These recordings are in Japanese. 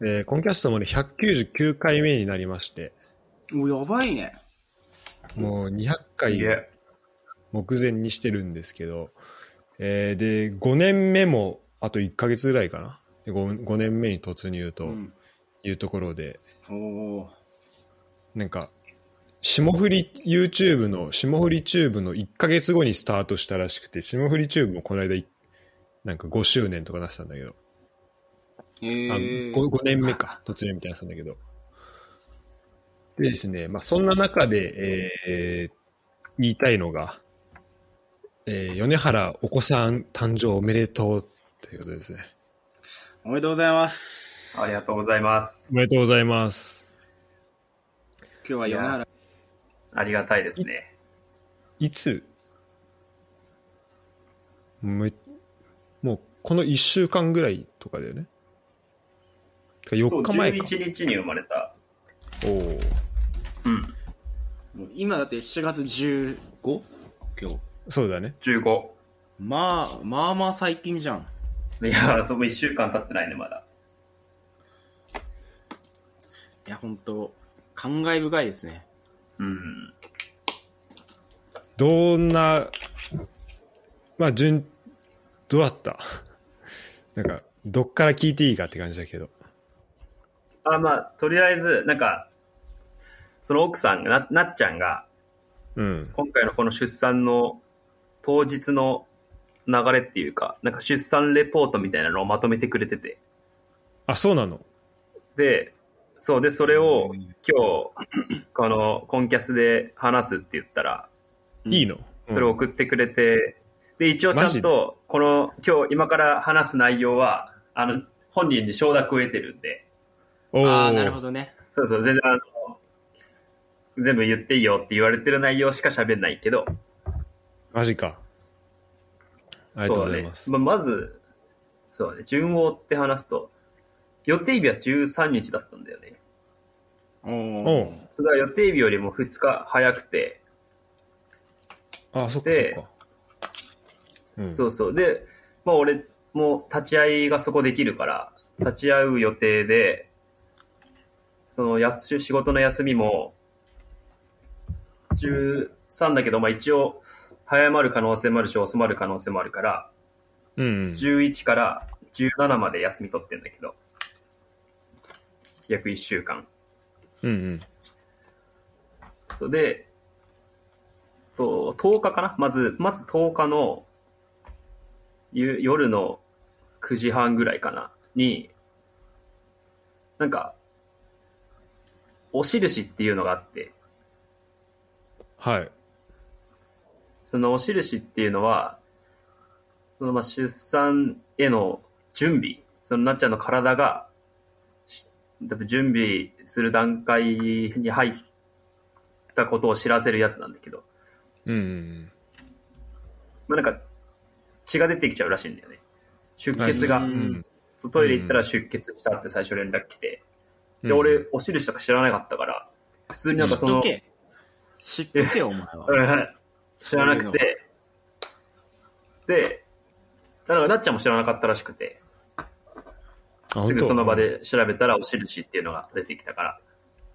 えーコンキャストもね、199回目になりまして、もうやばいね。もう200す回げえ。目前にしてるんですけど、えーで、5年目もあと1ヶ月ぐらいかな。で 5, 5年目に突入うとん。いうところで、おおなんか、霜降り YouTube の、霜降りチューブの1ヶ月後にスタートしたらしくて、霜降りチューブもこの間い、なんか5周年とか出したんだけど、ー。あえー。 5, 年目か、突入みたいなやつなんだけど。でですね、まあ、そんな中で、えー言いたいのが、えー米原お子さん誕生おめでとうということですね。おめでとうございます。ありがとうございます。おめでとうございます。今日は米い原。ありがたいですね。いつめもう、この1週間ぐらいとかだよね。てかそ4う、日前か。 11日に生まれた。おおー。うん。もう今だって7月 15? 今日。そうだね。 15。まあ、まあまあ最近じゃん。いやー、そこ1週間経ってないね、まだ。いや、ほんと、感慨深いですね。うん。どんな、まあ、順、どうだった なんか、どっから聞いていいかって感じだけど。あ、まあ、とりあえず、なんか、その奥さんが、ななっちゃんが、うん。今回のこの出産の当日の流れっていうか、なんか出産レポートみたいなのをまとめてくれてて。あ、そうなので、そう、で、それをうん今日、このコンキャスで話すって言ったら、いいの、それをうん送ってくれて、で、一応ちゃマジんと、この、今日、今から話す内容は、あの、本人に承諾を得てるんで、おーああ、なるほどね。そうそう、全然、あの、全部言っていいよって言われてる内容しか喋んないけど、マジか。ありがとうございます。そうねままず、そうね、順を追って話すと、予定日は13日だったんだよね。おおおうそれは予定日よりも2日早くて、あ、そっかでそっか。うん、そうそう。で、まあ俺も立ち会いがそこできるから、立ち会う予定で、そのやす仕事の休みも、13だけど、まあ一応、早まる可能性もあるし、遅まる可能性もあるから、うんうん。 11から17まで休み取ってんだけど、約1週間。うんうん。そうで、と、10日かなまず、まず10日の、ゆ夜の9時半ぐらいかなに、なんか、お印っていうのがあって、はい。そのお印っていうのは、そのまあ出産への準備、そのなっちゃんの体が、し多分準備する段階に入ったことを知らせるやつなんだけど、うんうんまあ、なんか血が出てきちゃうらしいんだよね。出うん。血がう。ん。そうトイレ行ったら出血したって最初連絡来て。で、う俺ん、お印とか知らなかったから、普通になん知かっそとの、け。知っとけよ、お前は。うん 知らなくて、で、だからなっちゃんも知らなかったらしくて、あすぐその場。本で調べたらお印っていうのが出てきたから。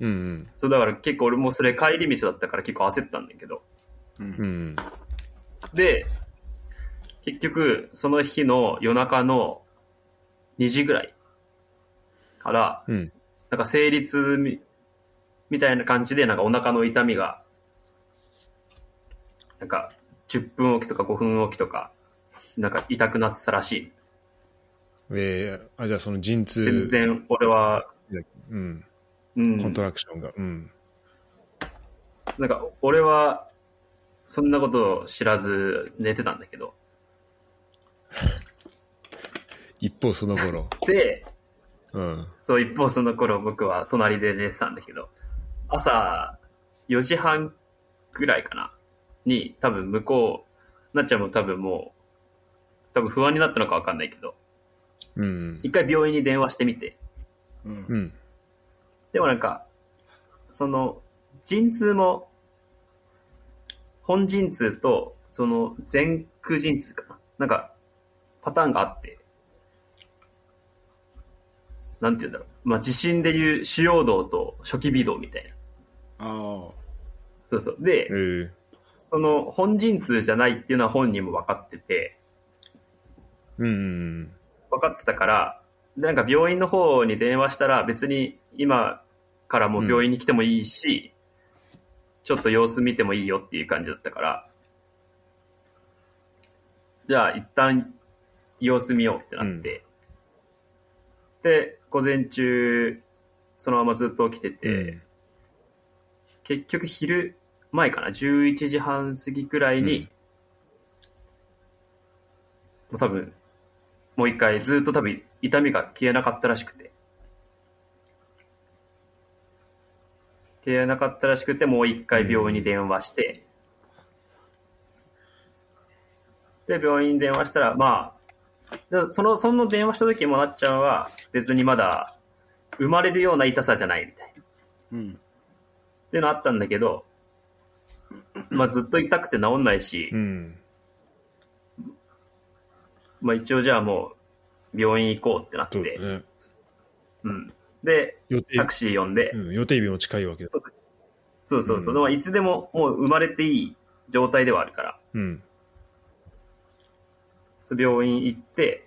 当うんそう、だから結構俺もそれ帰り道だったから結構焦ったんだけど。 そういううん。うの。んで、結局、その日の夜中の2時ぐらいから、うん。なんか生理痛みみたいな感じで、なんかお腹の痛みが、なんか10分おきとか5分おきとか、なんか痛くなってたらしい。うん。えー、あ、じゃあその陣痛。全然俺は、うん。うん。コントラクションが。うん。なんか俺は、そんなことを知らず寝てたんだけど。一方その 頃。で、うん。そう、一方その頃僕は隣で寝てたんだけど、朝4時半ぐらいかな、に多分向こう、なっちゃんも多分もう、多分不安になったのかわかんないけど、うん一回病院に電話してみて、うんう。ん。でもなんか、その、陣痛も、本陣痛と、その、前駆陣痛かな。なんか、パターンがあって。なんて言うんだろう。まあ、地震でいう主要道と初期微動みたいな。あそうそう。で、えー、その本陣痛じゃないっていうのは本人も分かってて、うんうん分かってたから、でなんか病院の方に電話したら別に今からもう病院に来てもいいし、ちょっと様子見てもいいよっていう感じだったから、じゃあ一旦様子見ようってなって、で、午前中、そのままずっと起きてて、うん結局昼前かな11時半過ぎくらいに、うんもう多分もう一回ずっと多分痛みが消えなかったらしくて消えなかったらしくてもう一回病院に電話して、で病院に電話したらまあでそのその電話した時もなっちゃんは別にまだ生まれるような痛さじゃないみたいなうんっていうのあったんだけど、まあ、ずっと痛くて治んないし、うんまあ、一応じゃあもう病院行こうってなっそうて、だねうん、で予定タクシー呼んで、うん、予定日も近いわけだそうそうそう、うんまあいつでももう生まれていい状態ではあるからうんそう病院行って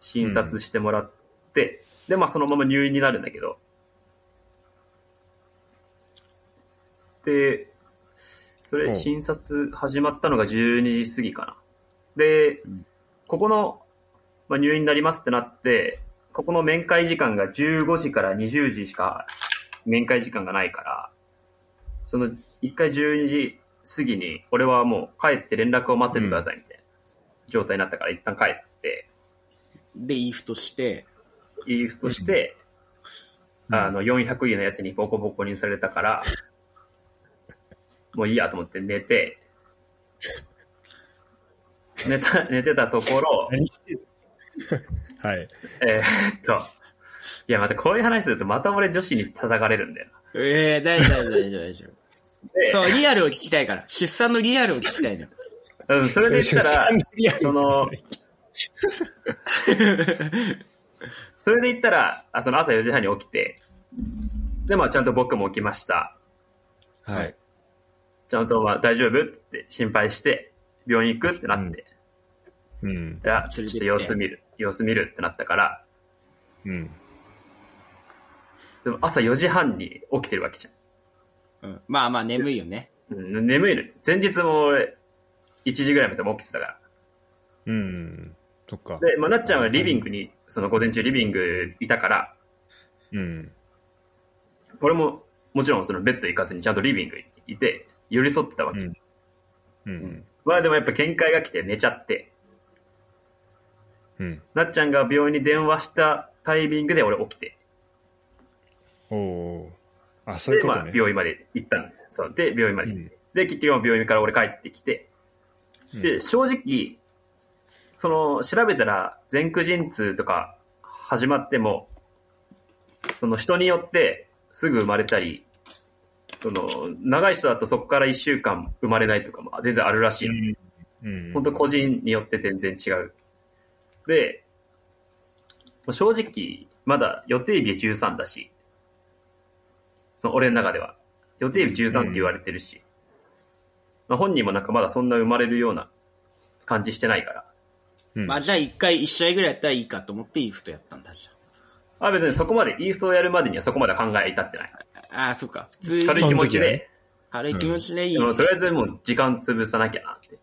診察してもらって、でまあそのまま入院になるんだけどでそほれう診察始まったのが12時過ぎかなで、うんここの、まあ、入院になりますってなってここの面会時間が15時から20時しか面会時間がないからその1回12時過ぎに俺はもう帰って連絡を待っててくださいみたいな状態になったから一旦帰ってでイーフとしてイーフとして、うんあの400位のやつにボコボコにされたから、もういいやと思って寝て、寝た、寝てたところ、何してるはいえーっと、いや、またこういう話すると、また俺女子に叩かれるんだよな。ええ大丈夫大丈夫大丈 で夫そうリアルを聞きたいから出産のリアルを聞きたいのうん、それで言ったら、その、 それで言ったら、あその朝4時半に起きて、で、まあ、ちゃんと僕も起きました。はいちゃんと、まあ、大丈夫って言って心配して、病院行くってなって、うんうんいや、ちょ連れてっってと様子見る、様子見るってなったから、うんでも朝4時半に起きてるわけじうん、まあまあ眠いよねゃん。うん、眠いのよ前日も俺、1時ぐらいまでも起きてたか。うんそっからで、まあ、なっちゃんはリビングに、その午前中リビングいたから、うん俺も、もちろんそのベッド行かずにちゃんとリビングにいて、寄り添ってたわけ。うんうんまあでもやっぱ限界が来て寝ちゃって、うんなっちゃんが病院に電話したタイミングで俺起きて、おおーあそういで、うこまとあね病院まで行ったんだよそう、で、病院まで行って。うんで、結局病院から俺帰ってきて、うんで、正直、その、調べたら、前駆陣痛とか始まっても、その人によってすぐ生まれたり、その、長い人だとそこから1週間生まれないとかも全然あるらしいの。うん本当個人によって全然違う。で、まあ正直、まだ予定日13だし、その俺の中では。予定日13って言われてるし、まあ、本人もなんかまだそんな生まれるような感じしてないから。うんまあじゃあ一回一試合ぐらいやったらいいかと思ってイーフとやったんだじあ別にそこまで、イーストをやるまでにはそこまで考え至ってない。ゃああーそうか普通軽いに気持ちその時はでね、軽い気持ちでいいでもとりあえずもう時間潰さなきゃなって。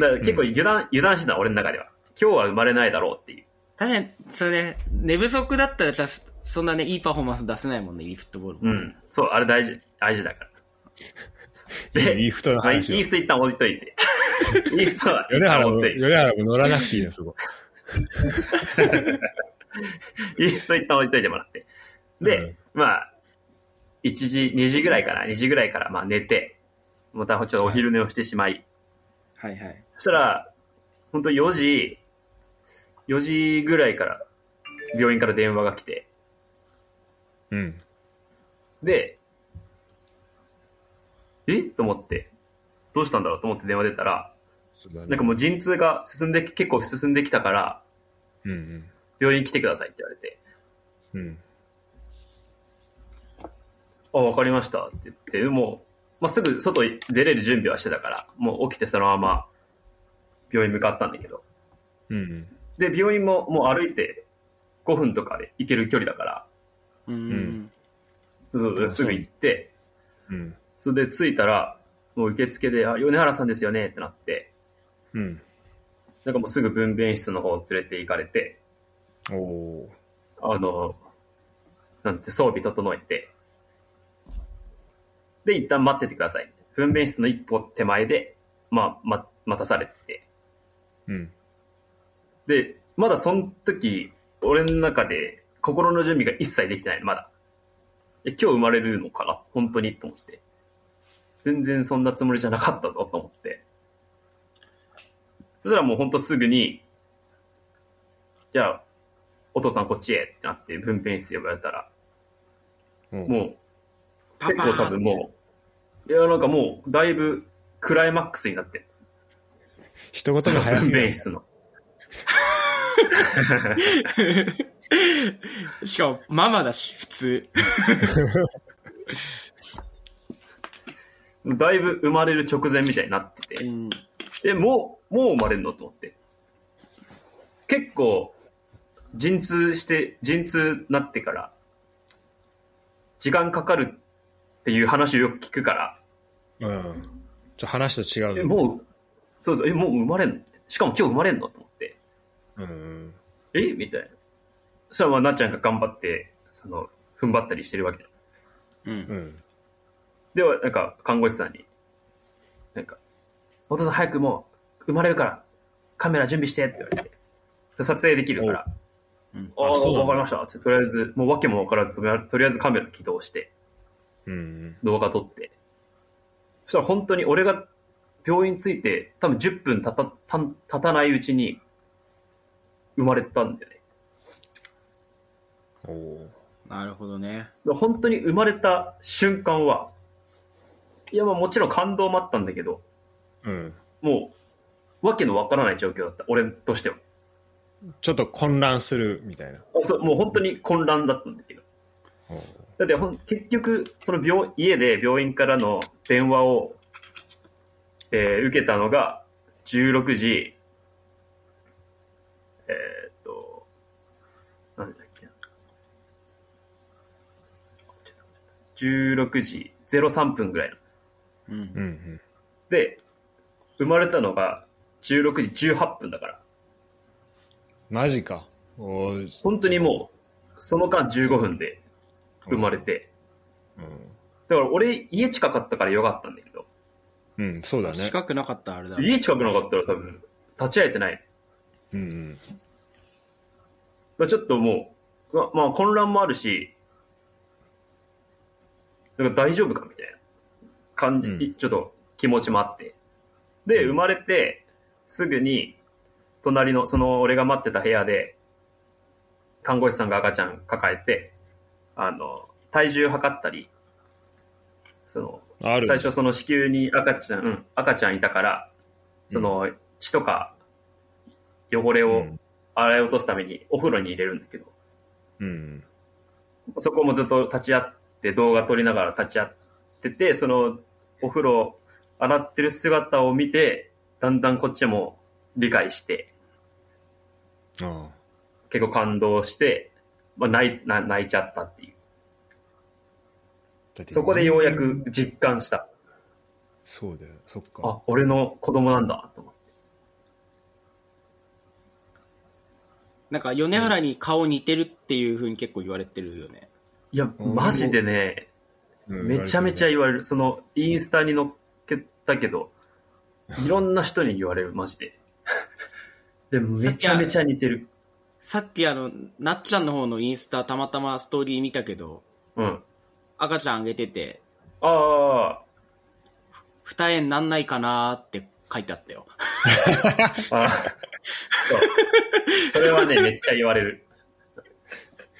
だから結構油断、油断してた俺の中では。今日は生まれないだろうっていう。確かに、それね、寝不足だったら出す、そんなね、いいパフォーマンス出せないもんね、いいフットボールうも。ん。そう、あれ大事、大事だから。い でいリフトのまあ、イ話ーをフト一旦置いと いて。イーフトは一米旦原も置いといて。米原も乗らなくていいのすごいイーフト一旦置いといてもらって。で、うんまあ、1時、2時ぐらいかな、2時ぐらいからまあ寝て、またちょっとお昼寝をしてしまい、はいはい。そしたら、本当4時、4時ぐらいから病院から電話が来て、うんで、えと思って、どうしたんだろうと思って電話出たら、そうだねなんかもう陣痛が進んでき、結構進んできたから、うんうん病院来てくださいって言われて、うん。あ、わかりましたって言って、もう、まあ、すぐ外に出れる準備はしてたから、もう起きてそのまま病院向かったんだけど。うん。で、病院ももう歩いて5分とかで行ける距離だから、うんん。そうすぐ行って、うん。それで着いたら、もう受付で、あ、米原さんですよねってなって、うん。なんかもうすぐ分娩室の方を連れて行かれて、おおあの、なんて装備整えて、で、一旦待っててください。分娩室の一歩手前で、まあ、ま、待たされて。ー。うん。で、まだその時、俺の中で心の準備が一切できてないのまだ。え、今日生まれるのかな本当にと思って。全然そんなつもりじゃなかったぞと思って。そしたらもう本当すぐに、じゃあ、お父さんこっちへってなって分娩室呼ばれたら、おう。もう、パ結パ構多分もう、いや、なんかもう、だいぶ、クライマックスになって、人事が早すぎ分る娩。室の。 しかも、ママだし、普通。だいぶ生まれる直前みたいになってて、ん。え、もう、もう生まれるのと思って。結構、陣痛して、陣痛なってから、時間かかるっていう話をよく聞くから、うん。ちょ、話と違え、う。もう、そうそう、え、もう生まれんのしかも今日生まれんのと思って。うん。えみたいな。そしたらまあ、なっちゃんが頑張って、その、踏ん張ったりしてるわけだ。うん。うん。で、なんか、看護師さんに、なんか、お父さん早くもう、生まれるから、カメラ準備してって言われて、で撮影できるから、うんああ、あそうなんだわかりました。つってとりあえず、もう訳もわからず、とりあえずとりあえずカメラ起動して、うん。動画撮って。そしたら本当に俺が病院着いて、多分10分たた、たん経たないうちに、生まれたんだよね。おおう。なるほどね。本当に生まれた瞬間は、いや、まあもちろん感動もあったんだけど、うん。もう、わけのわからない状況だった。俺としては。ちょっと混乱するみたいな。そう、もう本当に混乱だったんだけど。おうだってほん、結局、その病、家で病院からの電話を、えー受けたのが、16時、えーっと、なんだっけな。16時03分ぐらいの。う。うんんで、生まれたのが16時18分だから。うん。マジか。おー本当にもう、その間15分で生まれて。うだから俺、家近かったからよかったんだけど、ん。うん、そうだね。近くなかったらあれだ。家近くなかったら多分、立ち会えてない。だかうんうん。らちょっともう、ままあ混乱もあるし、なんか大丈夫かみたいな感じ、うんちょっと気持ちもあって。で、生まれて、すぐに、隣の、その俺が待ってた部屋で、看護師さんが赤ちゃん抱えて、あの、体重測ったり、その、ある。最初その子宮に赤ちゃん、うん赤ちゃんいたから、その血とか汚れうをん。洗い落とすためにお風呂に入れるんだけど、うん。そこもずっと立ち会って動画撮りながら立ち会ってて、そのお風呂洗ってる姿を見て、だんだんこっちも理解して、あ結構感動して、まあ、泣いな泣いちゃったっていう。あそこでようや。く実感した。そうだよ。そっか。あ、俺の子供なんだと思って。なんか、米原に顔似てるっていう風に結構言われてるよね。いや、マジでうね、んめちゃめちゃ言言われる。その、インスタに載っけた けど、いろんな人に言われる、マジで。でも、めちゃめちゃ似てる。さっきあの、なっちゃんの方のインスタたまたまストーリー見たけど、うん。赤ちゃんあげてて、あ二重になんないかなーって書いてあったよ。ーあー。そう。それはね、めっちゃ言われる。われて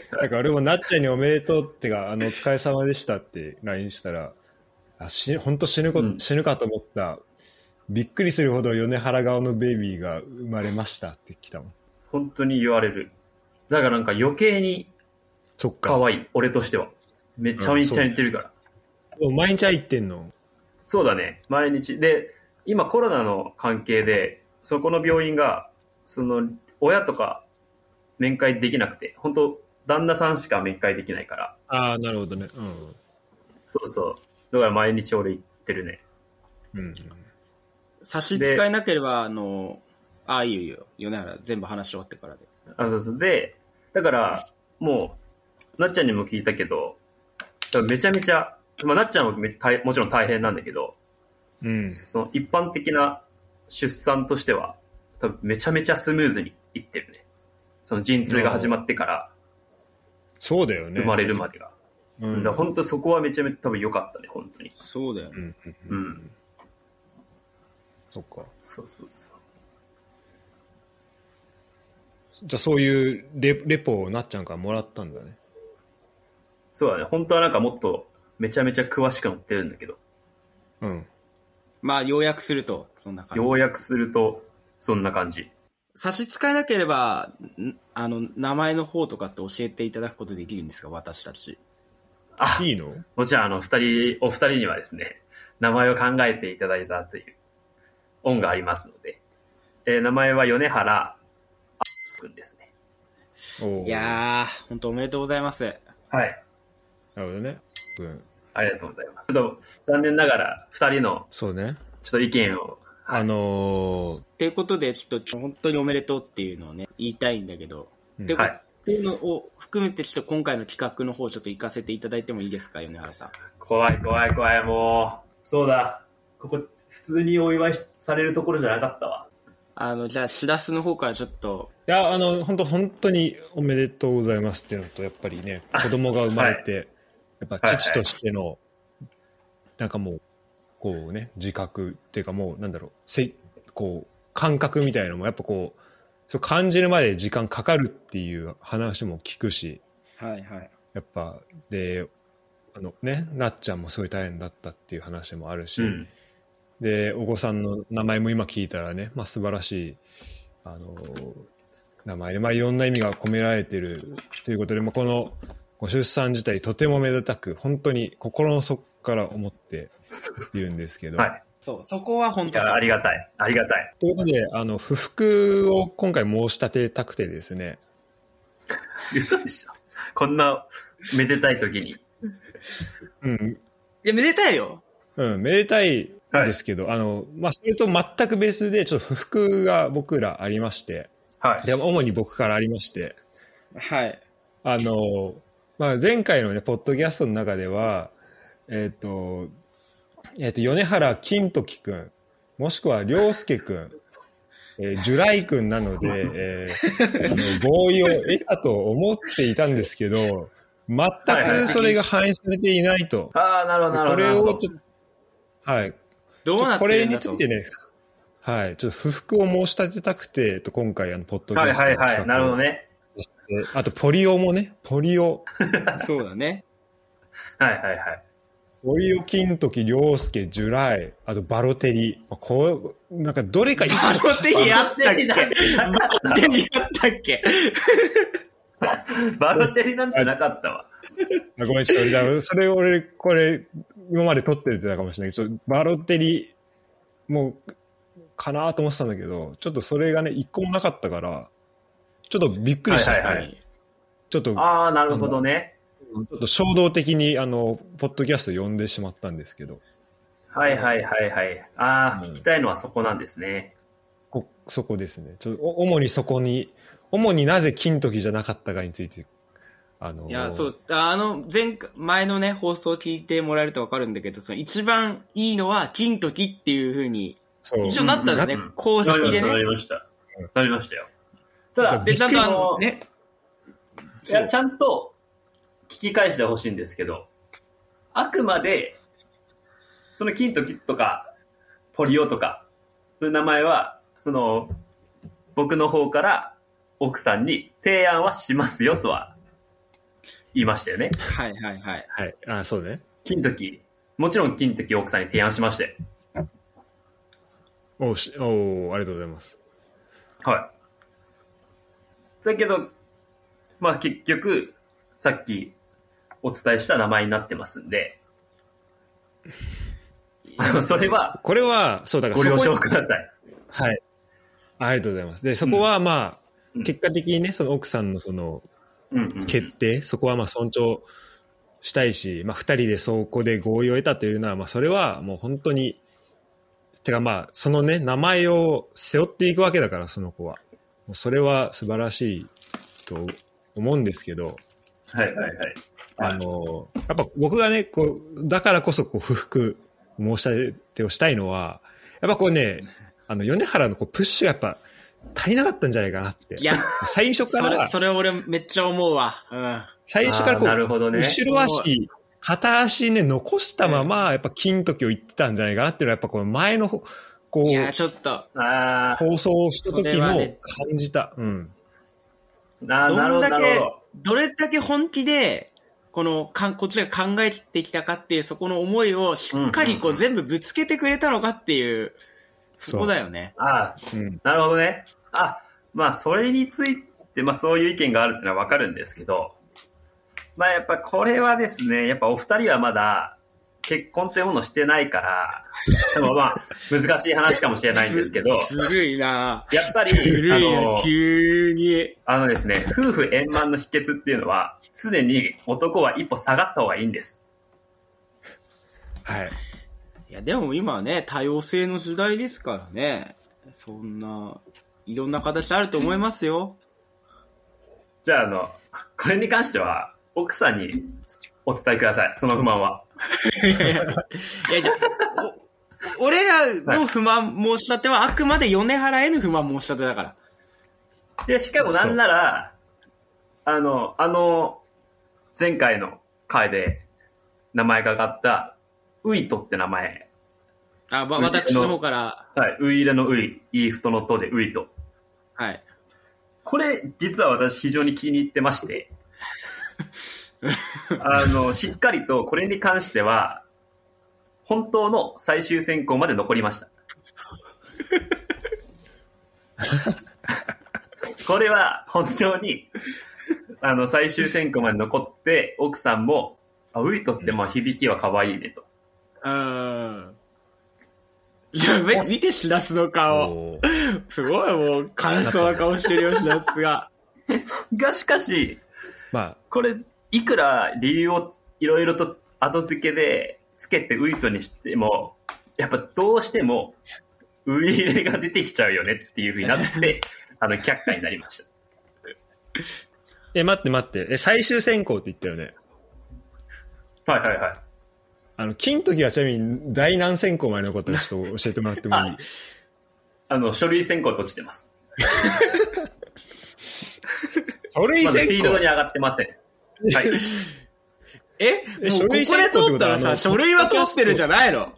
るね。だから俺もなっちゃんにおめでとうってか、あの、お疲れ様でしたって LINE したら、あ、し、本当死ぬこ、うん死ぬかと思った。びっくりするほど米原顔のベイビーが生まれましたって来たもん。本当に言われる。だからなんか余計に、そっか。可愛い俺としては。めちゃめちゃ似てるから。もう毎日会ってんの。そうだね、毎日。で、今コロナの関係で、そこの病院が、その、親とか面会できなくて、本当旦那さんしか面会できないから。ああ、なるほどね。うん。そうそう。だから毎日俺行ってるね。うん、差し支えなければ、あの、ああ、いいよいいよ。米原全部話し終わってからで。あ、そうそう。で、だから、もう、なっちゃんにも聞いたけど、だからめちゃめちゃ、まあ、なっちゃんはめ大もちろん大変なんだけど、うん。その一般的な出産としては、多分めちゃめちゃスムーズにいってるね。その陣痛が始まってからそうだよね。生まれるまでが。うん。だから本当そこはめちゃめちゃ多分良かったね、本当に。そうだよう。ん。う。うんん。そっか。そうそうそう。じゃあそういうレレポをなっちゃんからもらったんだね。そうだね、本当はなんかもっとめちゃめちゃ詳しく載ってるんだけど、うん。まあ、要約すると、そんな感ようじ。やくするとそんな感じ。差し支えなければ、んあの、名前の方とかって教えていただくことできるんですか、私たち。あ、いいのもちろん、あの、二人、お二人にはですね、名前を考えていただいたという恩がありますので、えー名前は米原あくんですね。おーいやー、本当おめでとうございます。はい。なるほどね。うん。ありがとうございます。ちょっと、残念ながら、二人の、そうね。ちょっと意見を、あのということで、ちょっと本当におめでとうっていうのをね、言いたいんだけど、うんってこはっい。ていうのを含めて、ちょっと今回の企画の方、ちょっと行かせていただいてもいいですか、米原さん。怖い怖い怖い、もう。そうだ。ここ、普通にお祝いされるところじゃなかったわ。あの、じゃあ、しらすの方からちょっと、ーいや、あの、本当本当におめでとうございますっていうのと、やっぱりね、子供が生まれて、やっぱ父としての、なんかもう、こうね、自覚っていうかもう、なんだろう、せこう、感覚みたいなのも、やっぱこう、そう感じるまで時間かかるっていう話も聞くし、はいはい。やっぱ、で、あのね、なっちゃんもすごい大変だったっていう話もあるし、うん。でお子さんの名前も今聞いたらね、まあ、素晴らしい、あの名前で、まあ、いろんな意味が込められてるということで、まあ、このご出産自体とてもめでたく本当に心の底から思っているんですけど、はい。そう、そこは本い当や、さありがたい。ありがたい。ということであの不服を今回申し立てたくてですね嘘でしょ。こんな、めでたい時に。うん、いや、めでたいよ。うん、めでたいですけど、あのまあ、それと全く別でちょっと不服が僕らありましてはい。で主に僕からありましてはい。あの、まあ、前回のね、ポッドキャストの中では、えっ、と、えっ、と、米原金時くん、もしくは良介くん、えー、ジュライくんなので、えーあの合意を得たと思っていたんですけど、全くそれが反映されていないと。ああ、なるほど、なこるほど。れなるほをどちょっと、はい、どうなってこるれんにだつといてね、はい、ちょっと不服を申し立てたくて、えっと今回、あの、ポッドキはャいストはのいはい。なるほどね。企画をしてあと、ポリオもね、ポリオ。そうだね。はいはいはい。森尾金時、良介、ジュライ、あとバロテリ。まあこう、なんかどれか一バ個ロテリあったっけなかバロテリあったっけバロテリなんてなかったわ。あごめん、ちょっと俺だから、それ俺、これ、今まで撮ってたかもしれないけど、ちょっとバロテリ、もう、かなと思ってたんだけど、ちょっとそれがね、一個もなかったから、ちょっとびっくりした。はいはいちょっと、ちょああ、なるほどね。っと衝動的に、あの、ポッドキャスト呼んでしまったんですけど、はいはいはいはい。ああ、うん聞きたいのはそこなんですね。こ、そこですね。ちょっと、お主にそこに、主になぜ金時じゃなかったかについて、あの、 いや、そう、あの、前回、前のね、放送聞いてもらえるとわかるんだけど、その一番いいのは、金時っていう風に、そう一応なったんだねうんうん、公な式りましでた、なね。りました。なりましたよ。ただだ、で、びっちゃくんりとしたああの、のね、いやちゃんと聞き返してほしいんですけど、あくまで、その金時とか、ポリオとか、そういう名前は、その、僕の方から奥さんに提案はしますよとは言いましたよね。はいはいはい。はい。あ、そうね。金時、もちろん金時を奥さんに提案しまして。おうしおうありがとうございます。はい。だけど、まあ結局、さっきお伝えした名前になってますんで、 あのそれはこれは、そう、だからご了そこ承にください。はい。ありがとうございます。で、そこはまあ、うん結果的にね、その奥さんのそのうんうん、決定、そこはまあ尊重したいし、まあ二人でそこで合意を得たというのは、まあそれはもう本当に、てかまあ、そのね、名前を背負っていくわけだから、その子は。もうそれは素晴らしいと思うんですけど、はいはいはい。あの、やっぱ僕がね、こう、だからこそ、こう、不服申し立てをしたいのは、やっぱこうね、あの、米原のこうプッシュがやっぱ足りなかったんじゃないかなって。いや、最初かそれ、ら、それ俺めっちゃ思うわ。うん。最初からこあーなるう、ほどね。後ろ足、片足ね、残したまま、やっぱ金時を言ってたんじゃないかなっていうのは、やっぱこの前の、こいや、う、ちょっと、あ放送をしたそ時れはもね感じた。うん。ーななるどんほど、だなるけほど。、どれだけ本気で、この、かんこっちが考えてきたかっていう、そこの思いをしっかりこううんうんうん全部ぶつけてくれたのかっていう、そこだよね。あーうん。なるほどね。あ、まあ、それについて、まあ、そういう意見があるってのはわかるんですけど、まあ、やっぱこれはですね、やっぱお二人はまだ、結婚というものをしてないから、でもまあ、難しい話かもしれないんですけど、ずずるいなやっぱり、ずるあいのな、急に。あのですね、夫婦円満の秘訣っていうのは、すでに男は一歩下がった方がいいんです。はい。いや、でも今はね、多様性の時代ですからね。そんな、いろんな形あると思いますよ。じゃあ、あの、これに関しては、奥さんにお伝えください、その不満は。いや、じゃあお俺らの不満申し立てはあくまで米原への不満申し立てだから。で、しかもなんなら、あの、あの、前回の回で名前が上がった、ウイトって名前。あ、わうん私の方から、はい、ウイイレのウイ、イーフトのトでウイト。はい。これ、実は私非常に気に入ってまして、あの、しっかりとこれに関しては、本当の最終選考まで残りました。これは本当に、あの、最終選考まで残って、奥さんも、あウイトってまあ響きは可愛いねと。うん。いや、め見て、しらすの顔。おーすごい、もう、悲しそうな顔してるよ、しらすが。が、しかし、まこれ、いくら理由をいろいろと後付けでつけてウイトにしても、やっぱどうしても、ウイ入れが出てきちゃうよねっていうふうにな って、あの、却下になりました。あ、え、待って待って。え、最終選考って言ったよね。はいはいはい。あの、金時はちなみに第何選考までのことをちょっと教えてもらってもい いあの、書類選考で落ちてます。書類まだフ選ィールド考に上がってません。はい。え えも書うここで類選考って通こったとはらさ、あの書類は通ってるじゃないの。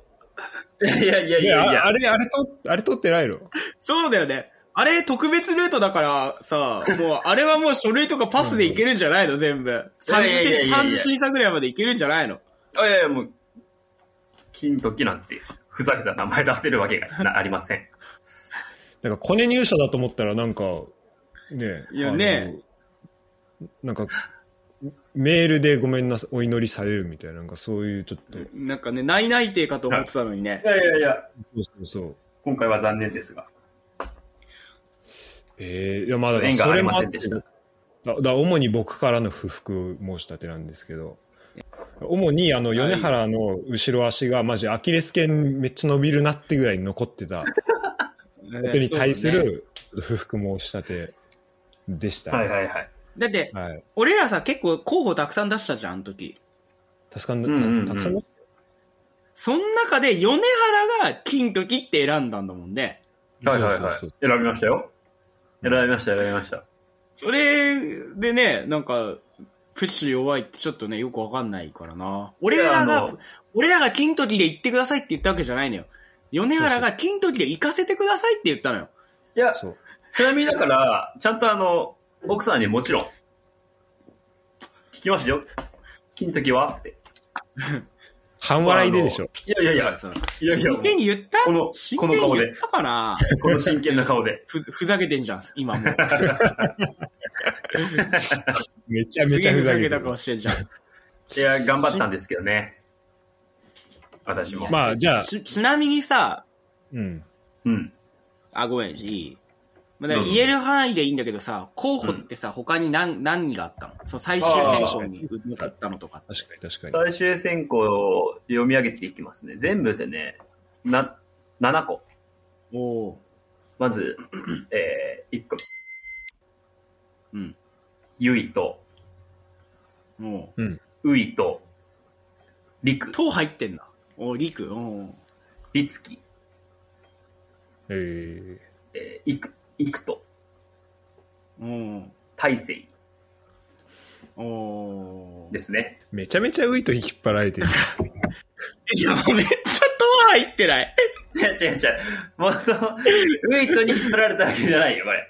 いやいやいやいいや、やいやああれ、あれと、あれ取ってないのそうだよね。あれ、特別ルートだからさ、もう、あれはもう書類とかパスでいけるんじゃないの、全部。やいやいやいや30、30審査ぐらいまでいけるんじゃないの。あいやいや、もう、金時なんて、ふざけた名前出せるわけがなありません。なんか、コネ入社だと思ったら、なんか、ねえいやねあのなんか、メールでごめんなさい、お祈りされるみたいな、なんかそういうちょっと、なんかね、内内定かと思ってたのにねい。やいやいや、そうそうそう。今回は残念ですが。ええいや、まあだから、縁がそありれもまあせっんてでしただだから主に僕からの不服申し立てなんですけど、主にあの、米原の後ろ足が、マジアキレス腱めっちゃ伸びるなってぐらい残って た本ことに対する不服申し立てでした。はいはいはい。だって、はい。俺らさ、結構候補たくさん出したじゃん、あの時。助かんだ、うんうんうんたたくさんだその中で、米原が金時って選んだんだもんね。はいはいはい。そうそう選びましたよ。選びました、選びました。それでね、なんか、プッシュ弱いってちょっとね、よくわかんないからな。俺らいやあがの、俺らが金時で行ってくださいって言ったわけじゃないのよ。米原が金時で行かせてくださいって言ったのよ。いや、そう。ちなみにだから、ちゃんとあの、奥さんにもちろん、聞きましたよ。金時はって。半笑いででしょ。いやいやいや、そういやいや、真も剣に言ったこの真こ剣のに顔で言ったかなうこの真剣な顔で。ふざふざけてんじゃん、今 もう。めちゃすめげちゃえふざふざけけてたる顔してんじゃん。いや、頑張ったんですけどね。私も。まあ、じゃあ、ちちなみにさ、うん。うん。あ、ごめん、じまあ、だうんから言える範囲でいいんだけどさ、候補ってさ、他に何、何があったのその最終選考に向かったのとか。確かに確かに。最終選考を読み上げていきますね。全部でね、な、7個。おおまず、えー、1個ー。うん。ゆいと、もういと、りくう、、塔入ってんだ。おお、りく。おーりつき、えー、えー、いく、いくと、おーたいせいおーですね。 めちゃめちゃウイと引っ張られてる。いや、もうめっちゃ塔入ってない。違う違う違う。もっと、ウイとに引っ張られたわけじゃない よ、これ。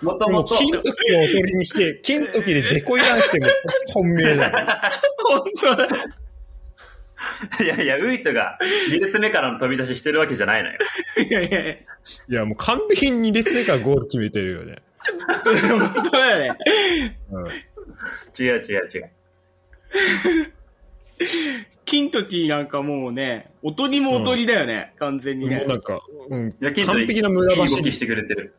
もとでもも、と、金時をおとりにして、金時でデコイランしても本命だ よ。本当だ。 いやいや、ウイとが2列目からの飛び出ししてるわけじゃないのよ。いやいやいいや、もう完璧に2列目からゴール決めてるよね。や、本当だよね。うん。違う違う違う。金時なんかもうね、おとりもおとりだよね、完全にもねう。なんか、うん、いや完璧な無駄いい動走きりしてくれてる。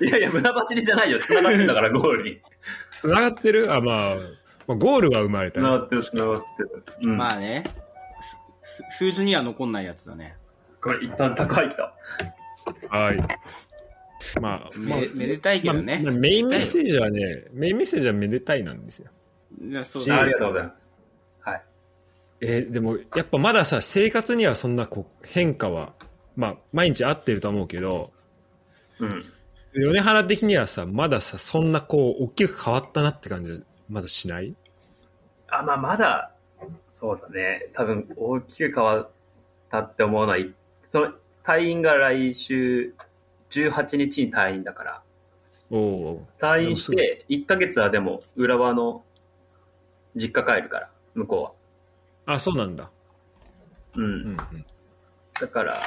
いやいや、無駄走りじゃないよ。繋がってんだから、ゴール に。繋がってるあ、まあ、まあ、ゴールは生まれた繋ね。がってる、繋がってる。うん。まあね、すす数字には残んないやつだね。これ、一旦高い来た。はい。まあ、まあめ、めでたいけどねまあ。まあメインメッセージはね、メインメッセージはめでたいなんですよ。いやそうああそうりそがとううございます。はい。えーでも、やっぱまださ、生活にはそんなこう変化は、まあ、毎日合ってるとは思うけど、うん。米原的にはさ、まださ、そんなこう、大きく変わったなって感じは、まだしないあ、まあ、まだ、そうだね。多分、大きく変わったって思うのは、いその、退院が来週、18日に退院だから、おお退院して、1ヶ月はでも、浦和の、実家帰るから、向こー。あ、そうなんだ。うは。う。うんん、うん。だから、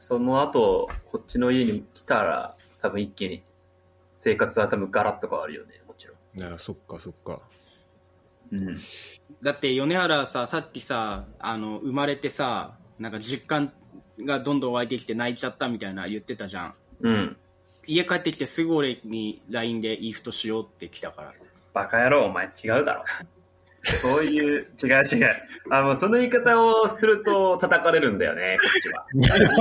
その後、こっちの家に来たら、多分一気に、生活は多分ガラッと変わるよね、もちろいや、そっかそっか。ん。うん。だって米原ささっきさあの生まれてさなんか実感がどんどん湧いてきて泣いちゃったみたいな言ってたじゃんうん。家帰ってきてすぐ俺に LINE でイーフトしようって来たからバカ野郎、お前違うだろ。そういう、違う違う。あの、その言い方をすると叩かれるんだよね、こっちは。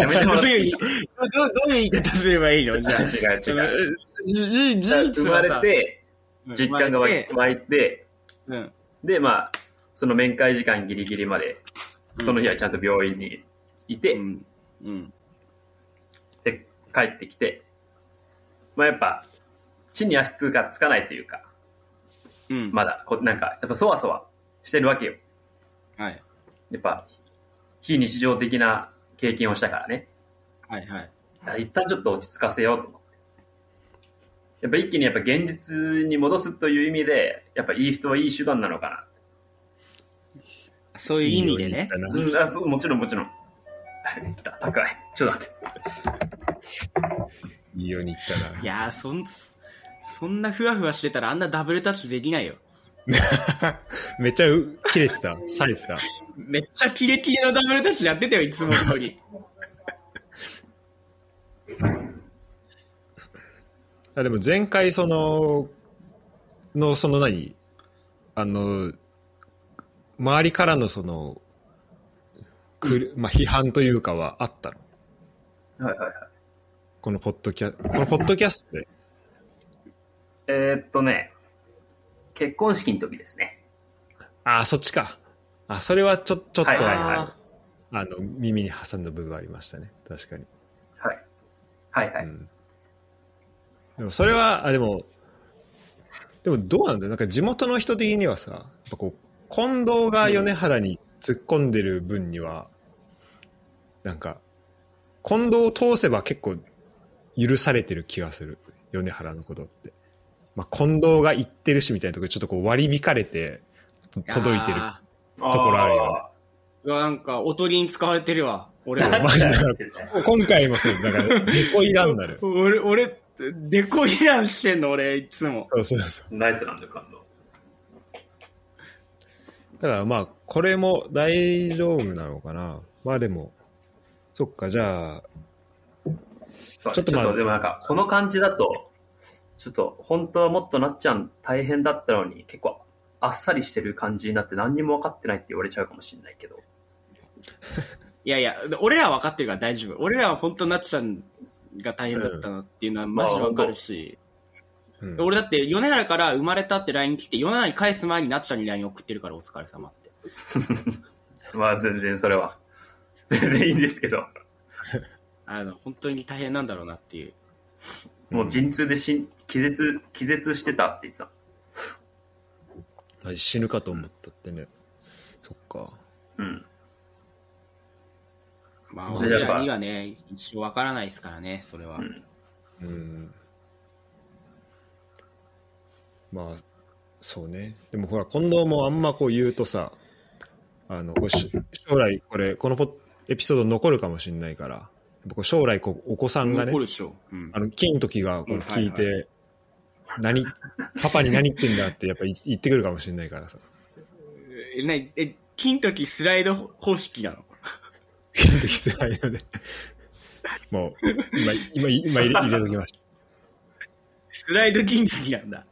やめてどもうらっていいいうどうどういう言い方すればいいのじゃあ違うそ違のう。じじ事生実まはれさて、うん実感が湧い生ま湧いて、れてで、まあ、その面会時間ギリギリまで、うんその日はちゃんと病院にいて、うんうんで、帰ってきて、まあやっぱ、地に足つがつかないというか、うん、まだ、こなんか、やっぱそわそわしてるわけよ。はいやっぱ、非日常的な経験をしたからね。はいはいあ一旦ちょっと落ち着かせようと思って。やっぱ一気にやっぱ現実に戻すという意味で、やっぱいい人はいい手段なのかそういう意味でねいいよな。いいようん、あそうもちろんもちろん。 来た、高い。ちょっと待って。いいように言ったな。いやーそんそんなふわふわしてたらあんなダブルタッチできないよ めっちゃう切れてた、冴えてた。めっちゃキレキレのダブルタッチやってたよ、いつも 通り。あでも前回その、の、その何あの、周りからのその、くるまあ、批判というかはあったのはいはいはい。このポッドキャスト、このポッドキャストで。えーっとね、結婚式の時ですね。ああ、そっちか。あ、それはちょ、ちょっと、はいはいはいああの、耳に挟んだ部分はありましたね。確かに。はい。はいはい。うん。でもそれは、あ、でも、でもどうなんだよ。なんか地元の人的にはさ、やっぱこう、近藤が米原に突っ込んでる分には、なんか、近藤を通せば結構許されてる気がする。米原のことって。まあ、近藤が言ってるしみたいなところでちょっとこう割り引かれて、とー届いてるあところあるよねうわ、なんか、おとりに使われてるわ。俺そう、マジで。今回もそう、だから、デコイラになる。俺、俺、デコイランしてんの、俺、いつも。 そうそうそう。 ナイスなんだよ、感動。だからまあ、これも大丈夫なのかな。まあでも、そっか、じゃあ、そうちちょっょっとと、まあでもなんか、この感じだと、ちょっと、本当はもっとなっちゃん大変だったのに、結構、あっさりしてる感じになって何にも分かってないって言われちゃうかもしれないけど。いやいや、俺らは分かってるから大丈夫。俺らは本当なっちゃんが大変だったのっていうのはマジで分かるし。うん、俺だって、米原から生まれたって LINE 来て、米原に返す前になっちゃんに LINE 送ってるから、お疲れ様って。まあ、全然それは。 全然いいんですけど。あの、本当に大変なんだろうなっていう。もう陣痛でしん気絶、気絶してたって言ってた。マジ死ぬかと思ったってね。そっか。うん。まあ、まあおっちゃんにはね、一生分からないですからね、それは。うんうん。まあ、そうね。でもほら、近藤もあんまこう言うとさ、あの、こうし将来これ、このポエピソード残るかもしれないから、やっぱこう将来こうお子さんがね残、るでしょ。うんあの、金時がこれうん聞いて、はい何、パパに何言ってんだってやっぱい言ってくるかもしれないからさ。え、なに、え、金時スライド方式なの金時つらいよね。 もう、今、今、今入れ入れときましスライド金時なんだ。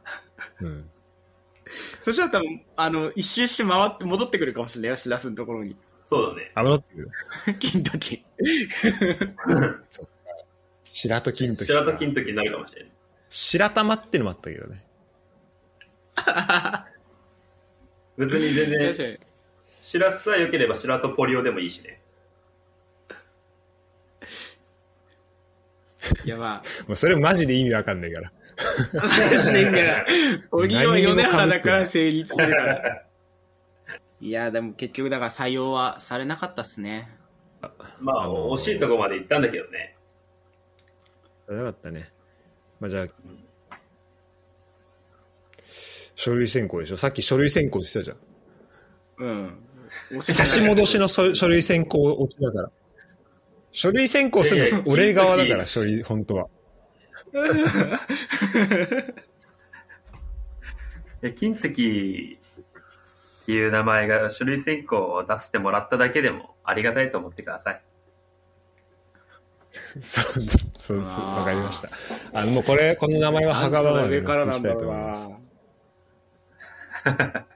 た。うん。そしたら多分、あの、一周して回って、戻ってくるかもしれないよ、しらすのところに。 そうだね。危なってくる。金時。白と金時。白時の時になるかもしれない。白玉ってのもあったけどね。別 に全確か然、に白洲さえ良ければ白とポリオでもいいしね。いや、まあ、もうそれマジで意味わかんないから。話してんから。鬼は米原だから成立するから。 いや、でも結局、だから採用はされなかったっすね。まあ、あのー惜しいとこまで行ったんだけどね。なかったね。まあじゃあ、書類選考でしょ。さっき書類選考してたじゃん。うん。差し戻しの書書類選考落ちだから。書類選考するの俺側だから、書類、本当は。え、金時っていう名前が書類選考を出してもらっただけでもありがたいと思ってください。そう、そう、そう、わかりました。あの、もうこれ、この名前はあ墓場がまわで上持からってないきたいんだろとう思いまな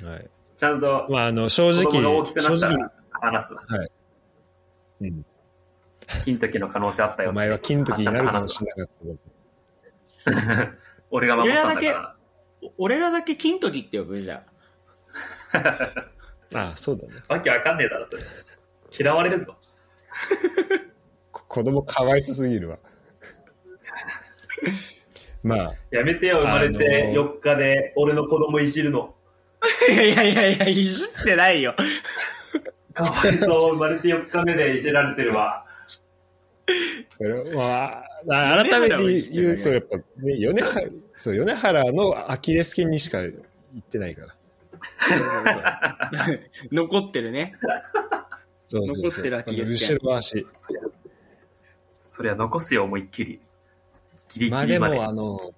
す。。はい。ちゃんとまあ、あの、正子供が大直、きくな正った直、ら話すわ。うん金時の可能性あったよ。お前は金時になるかもしれなかったけど。俺が守ったんだから。俺らだけ金時って呼ぶじゃん。 ああ、そうだね。わけわかんねえだろ、それ。嫌われるぞ。こ子供かわいそうすぎる わ。まあ、やめてよ、生まれあのーて4日で俺の子供いじるの。いやいやいやいや、いじってないよ。かわいそう、生まれて4日目でいじられてるわ。それは、まあ、改めて言うと、やっぱ、ね、米原、そう、米原のアキレス腱にしか行ってないから。 残ってるね。そうそうそう。残ってるアキレス腱後ろ足。そりゃ、そりゃ残すよ、思いっきり。ギリまギあリでまで。も、あの、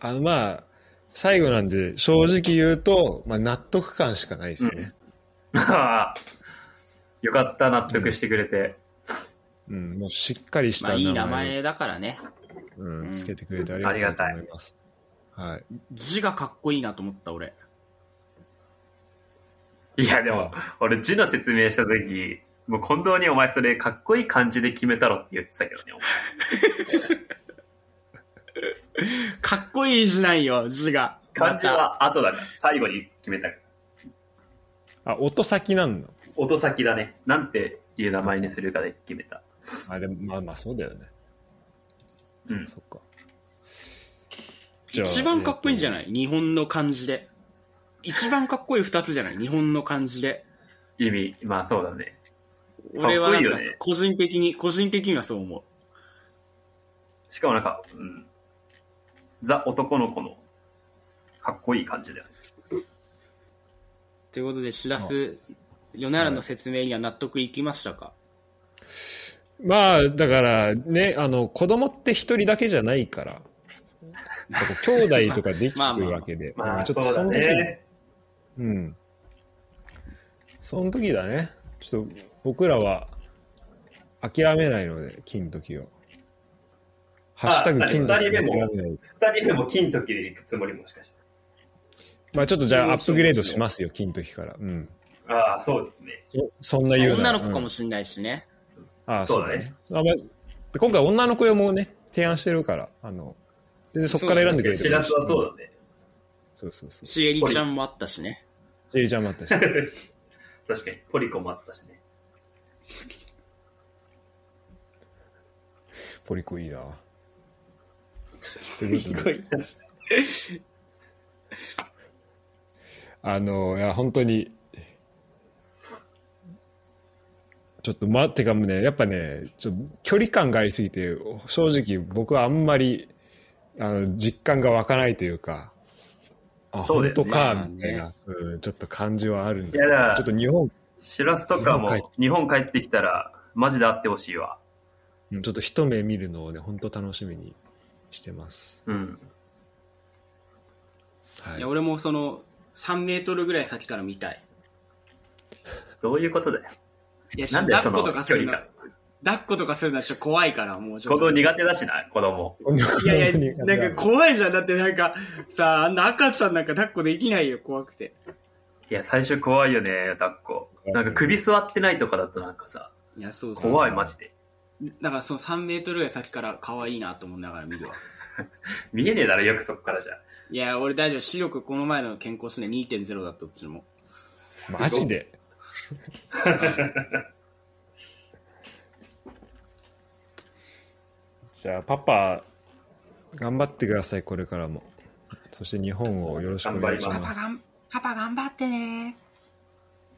あの、まあ、最後なんで、正直言うと、まあ、納得感しかないですね。 よかった、納得してくれて。うん、もうしっかりしまあたいい名名前を前だからね。う、うんんつけてくれてありがとうと思います。はい。字がかっこいいなと思った、俺。いや、でも、俺字の説明した時、もう近藤にお前それかっこいい感じで決めたろって言ってたけどね。かっこいい字ないよ、字が。漢字は後だから、最後に決めたから。あ、音先なんだ。音先だね。なんていう名前にするかで決めた。あ、でも、まあまあ、そうだよね。うん。そっか。じゃあ一番かっこいいんじゃえなっい日本の漢字で。一番かっこいい二つじゃない日本の漢字で。意味、まあそうだね。俺はなんかかっこいいよね個人的に、個人的にはそう思う。しかもなんか、うん。ザ男の子のかっこいい感じだよね。ということで、しらす、米原の説明には納得いきましたか、まあ、だからね、あの、子供って一人だけじゃないから、やっぱこう兄弟とかできてまあまあまあるわけで、まうあ、んちそょっうとそだの時にね。うん。その時だね。ちょっと僕らは諦めないので、金時を。ハッシュタグあ金時を諦二人目もめない。二人でも金時で行くつもりもしかしまあちょっとじゃあアップグレードしますよ、金時から。うん。て。ああ、そうですね。そそんな言うな女らの子かうもんしれないしね。ああ、そそううだだねね。あまあで今回女の子用もね、提案してるから、あの、全然そこから選んでくれてしもいらいすはそうだね。そうそうそう。しえりちゃんもあったしね。ジェリーちゃんもあったし。確かに、ポリコもあったしね。ポリコいいな。ということであの、いや、本当に、ちょっと、ま、てかもうね、やっぱね、ちょっと距離感がありすぎて、正直僕はあんまり、あの、実感が湧かないというか、あ、そうだ本当よねかま、あねみたいな、うん、ちょっと感じはあるんだけいやだかど、らちょっと日本、しらすとかも日本帰っ、日本帰ってきたら、マジで会ってほしいわ。うんちょっと一目見るのをね、本当楽しみにしてます。うん。はいいや、俺もその、3メートルぐらい先から見たい。どういうことだよ。いや、なんでそ抱っのことかす距る離の感。。抱っことかするのはちょっと怖いから、もうちょ子っと供。苦手だしな、子供。いやいや、なんか怖いじゃん。だってなんか、さあ、あんな赤ちゃんなんか抱っこできないよ、怖くて。いや、最初怖いよね、抱っこ。なんか首座ってないとかだとなんかさ、いや、そうそう。怖い、マジで。だからその3メートルぐらい先から可愛いなと思いながら見るわ。見えねえだろ、よくそこからじゃ。いや、俺大丈夫。視力この前の健康診断2.0だった、どっちも。マジで じゃあパパ頑張ってくださいこれからもそして日本をよろしくお願いしま頑パすパがん、パパ頑張ってね。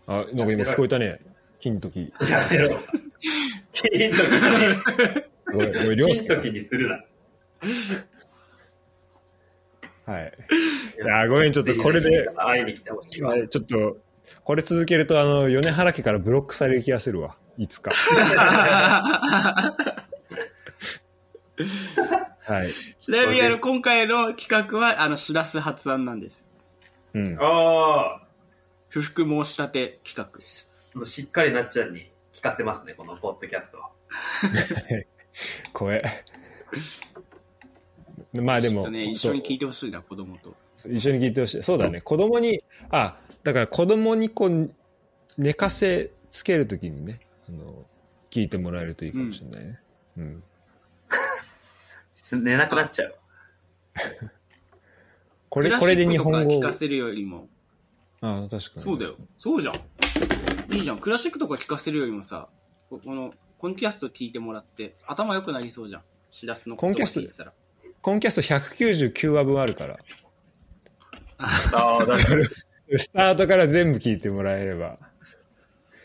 あなんか今聞こえたね金時やめろ。金時ごめんご めん涼に、金介時にするな。はいいやごめんちょっとこれで会いに来てほしいわ。ちょっとこれ続けるとあの米原家からブロックされる気がするわい つかはいちなみにあの、今回の企画は、あの、しらす発案なんです。うんああ、不服申し立て企画。もうしっかりなっちゃんに聞かせますね、このポッドキャストは。怖えまあでちょっもとね、本一当緒に聞いてほしいな、子供と。一緒に聞いてほしいそうだね子供にあだから子供にこう寝かせつけるときにねあの聞いてもらえるといいかもしれないね、うん寝なくなっちゃう。こクれラこれシでック日とか本語聞かせるよりも。ああ確かにそうだよ。そうじゃん。いいじゃん。クラシックとか聞かせるよりもさ、ここの、コンキャスト聞いてもらって、頭良くなりそうじゃん。しらすのことコンキャスト聞いてたら。コンキャスト199話分あるからああ、確かに。スタートから全部聞いてもらえれば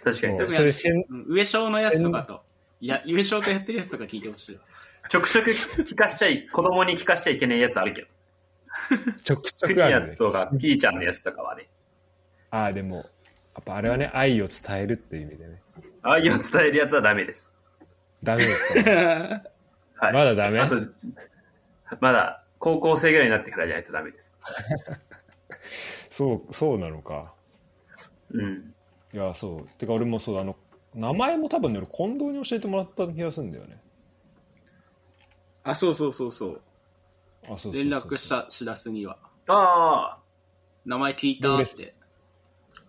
確かにもう確かそれせんうん上昇のやつとかと、いや、上昇とやってるやつとか聞いてほしい。に。ちょくちょく聞かしちゃい、子供に聞かしちゃいけないやつあるけど。ちょくちょくクリあアるねとか、ピーちゃんのやつとかはね、ああでもやっぱあれはね愛を伝えるっていう意味でねああいうの伝えるやつはダメです。ダメです かはい。まだダメあとまだ、高校生ぐらいになってからじゃないとダメです。そうそうなのかうん。いやそうてか俺もそうあの名前も多分ね俺近藤に教えてもらった気がするんだよねあ、そうそうそうそう。あそうそうそう連絡したしらすには。あ名前聞いたどうっですて。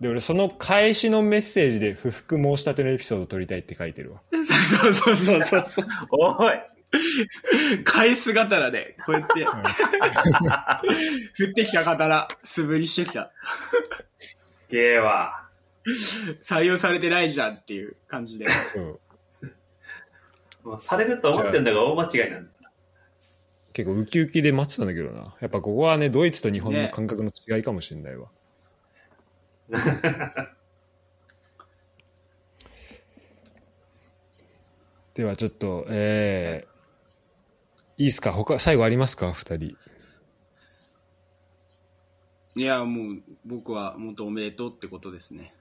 で俺その返しのメッセージで不服申し立てのエピソードを撮りたいって書いてるわ そうそうそうそうそう。あ、おい返す刀で、こうやって、 振ってきた刀、素振りしてきた。すげえわ。採用されてないじゃんっていう感じで。そうもうされると思ってんだが大間違いなんだ。結構ウキウキで待ってたんだけどなやっぱここはねドイツと日本のね感覚の違いかもしれない わ、ではちょっとえー、いいっすか他最後ありますか2人いや、もう、僕は本当おめでとうってことですね。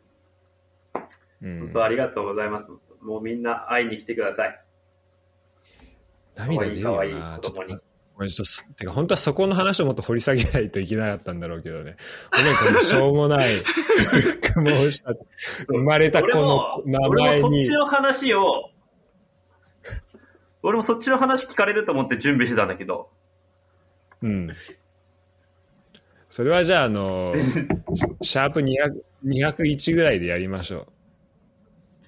うん本当ありがとうございます。もうみんな会いに来てください。涙出るよ可愛い可な愛いちょっと子供にごめんちょっとすてか本当はそこの話をもっと掘り下げないといけなかったんだろうけどねごめんこのしょうも ない苦悶した生まれた子俺のも、名俺前もそっにちの話を、俺もそっちの話聞かれると思って準備してたんだけど、うんそれはじゃああのシャープ200 201ぐらいでやりましょ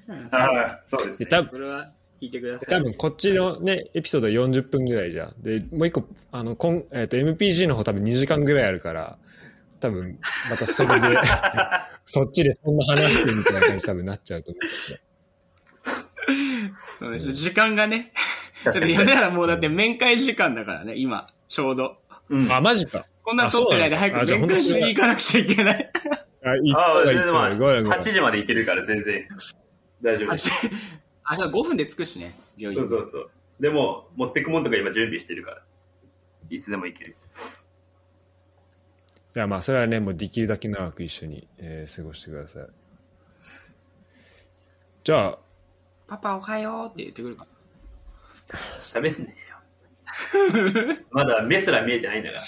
はい、そうでうすでね。多分これは聞いてくださ多い。分こっちのね、エピソード40分ぐらいじゃん。で、もう一個、あの、こんえっ、と、MPG の方多分2時間ぐらいあるから、多分、またそれで、そっちでそんな話してみたいな感じ多分なっちゃうと思うけど。そうです時間がね、ちょっと米原もうだって面会時間だからね、今、ちょうど。うん、あ、マジか。こんな撮ってないで早あくそうな面んだあ会じしゃあに行かなくちゃいけない。あ、いっあた全い然っまたあ、い。ごめんごめん8。時までいけるから全然大丈夫です。 あ、じゃあ5分で着くしね、病院。そうそうそう。でも、持ってくもんとか今準備してるから、いつでもいける。いや、まあ、それはね、もうできるだけ長く一緒に、えー過ごしてください。じゃあ、パパおはようって言ってくるか喋んねえよ。 まだ目すら見えてないんだから。ら。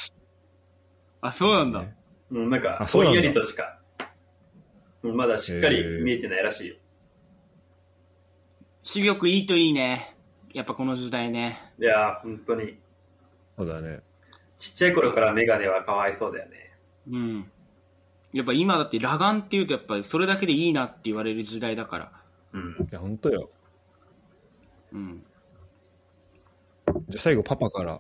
あ、そうなんだ。うん、なんかあ、そうぼなんんだやりとしか、うんまだしっかり見えてないらしいよ。視力いいといいね。やっぱこの時代ね。いやー、本当に。そうだね。ちっちゃい頃からメガネはかわいそうだよね。うん。やっぱ今だって裸眼っていうとやっぱりそれだけでいいなって言われる時代だから。うん。いや、本当よ。うん。じゃあ最後、パパから。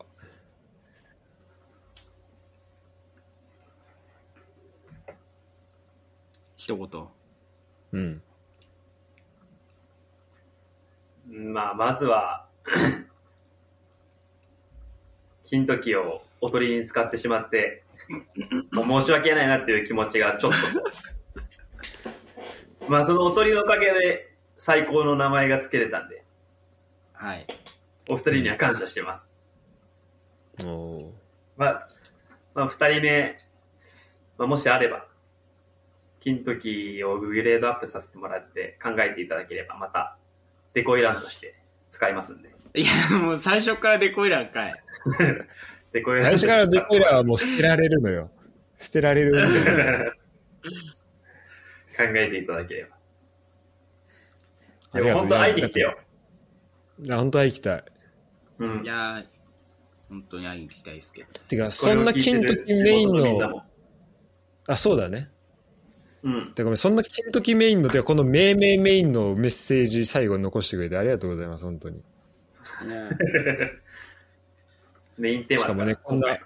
一言。うん。まあ、まずは、 金時をおとりに使ってしまって、もう申し訳ないなっていう気持ちがちょっと。 まあ、そのおとりのおかげで最高の名前が付けれたんで、はい。お二人には感謝してます。おーまあ、まあ、二人目、まあ、もしあれば、金時をグレードアップさせてもらって考えていただければ、また、デコイランとして使いますんで。いや、もう最初からデコイランかい。デコイラ最初ンとしてからデコイラはもう捨てられるのよ。捨てられるみたいな。考えていただければ。ありでがもとう本当会いに来てよ。。いや本当会いに来たい。うんい。やー、本当に会いに行きたいですけど。てか、こそれをんな聞いて金る時メイン地元みんなの、もあ、そうだね。うん。てかごめん、そんな金時メインの、てかこの命名メインのメッセージ最後に残してくれてありがとうございます、本当に。ねメインテーマしかもね、だこんな、しか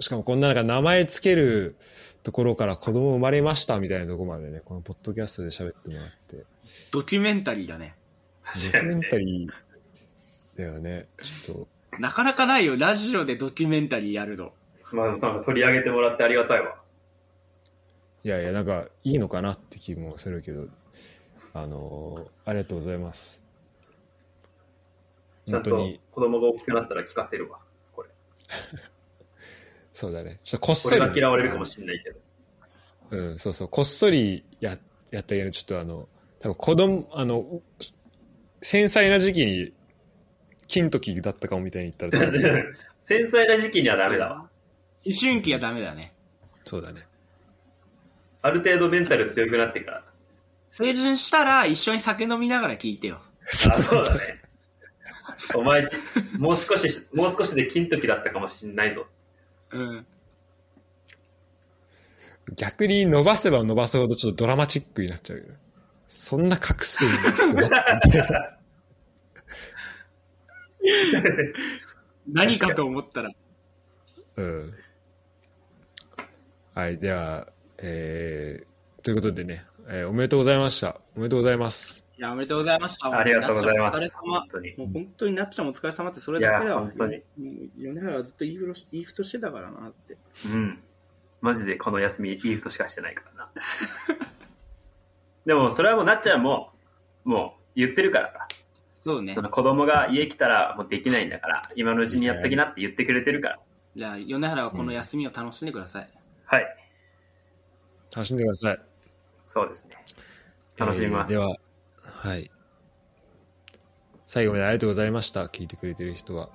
しかもこんななんか名前つけるところから子供生まれましたみたいなところまでね、このポッドキャストで喋ってもらって、ドドキュメンタリーだね。確キかュメにンねタリーだよね、ちょっと。なかなかないよ、ラジオでドキュメンタリーやるの。まあ、なんか取り上げてもらってありがたいわ。いやいや、なんかいいのかなって気もするけど、あのーありがとうございます。ちゃん本と当に、子供が大きくなったら聞かせるわ。これ。そうだね。ちょっとこっそこれり、が嫌われるかもしれないけど。うん、そうそう、こっそりややったけど、ちょっとあの、多分子供、あの、繊細な時期に、金時だったかもみたいに言ったら多分、 繊細な時期にはダメだわ。思春期はダメだね。そうだね。ある程度メンタル強くなってから。成人したら一緒に酒飲みながら聞いてよ。あ、そうだね。お前、もう少しし、もう少しで金時だったかもしんないぞ。うん。逆に伸ばせば伸ばすほどちょっとドラマチックになっちゃうよねそんな隠す必要ない何かと思ったら。うん。はい、では、えー、ということでね、えーおめでとうございました。おめでとうございます。いや、おめでとうございました。ありがとうございます。お疲れ様本。当に。もう本当になっちゃんお疲れ様ってそれだけだわ。いや本当にうん。米原はずっと言いふろし言いふとしてたからなって。うん。マジでこの休み、いいことしかしてないからな。でも、それはもうなっちゃんも、もう言ってるからさ。そうねそ。の子供が家来たらもうできないんだから、今のうちにやっときなって言ってくれてるから。じゃあ、米原はこの休みを楽しんでください。はい。楽しんでください。そうですね。楽しみます。えーでは、はい。最後までありがとうございました。聞いてくれてる人は。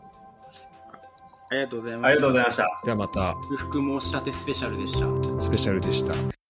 ありがとうございました。ありがとうございました。ではまた、不服申し立てスペシャルでした。スペシャルでした。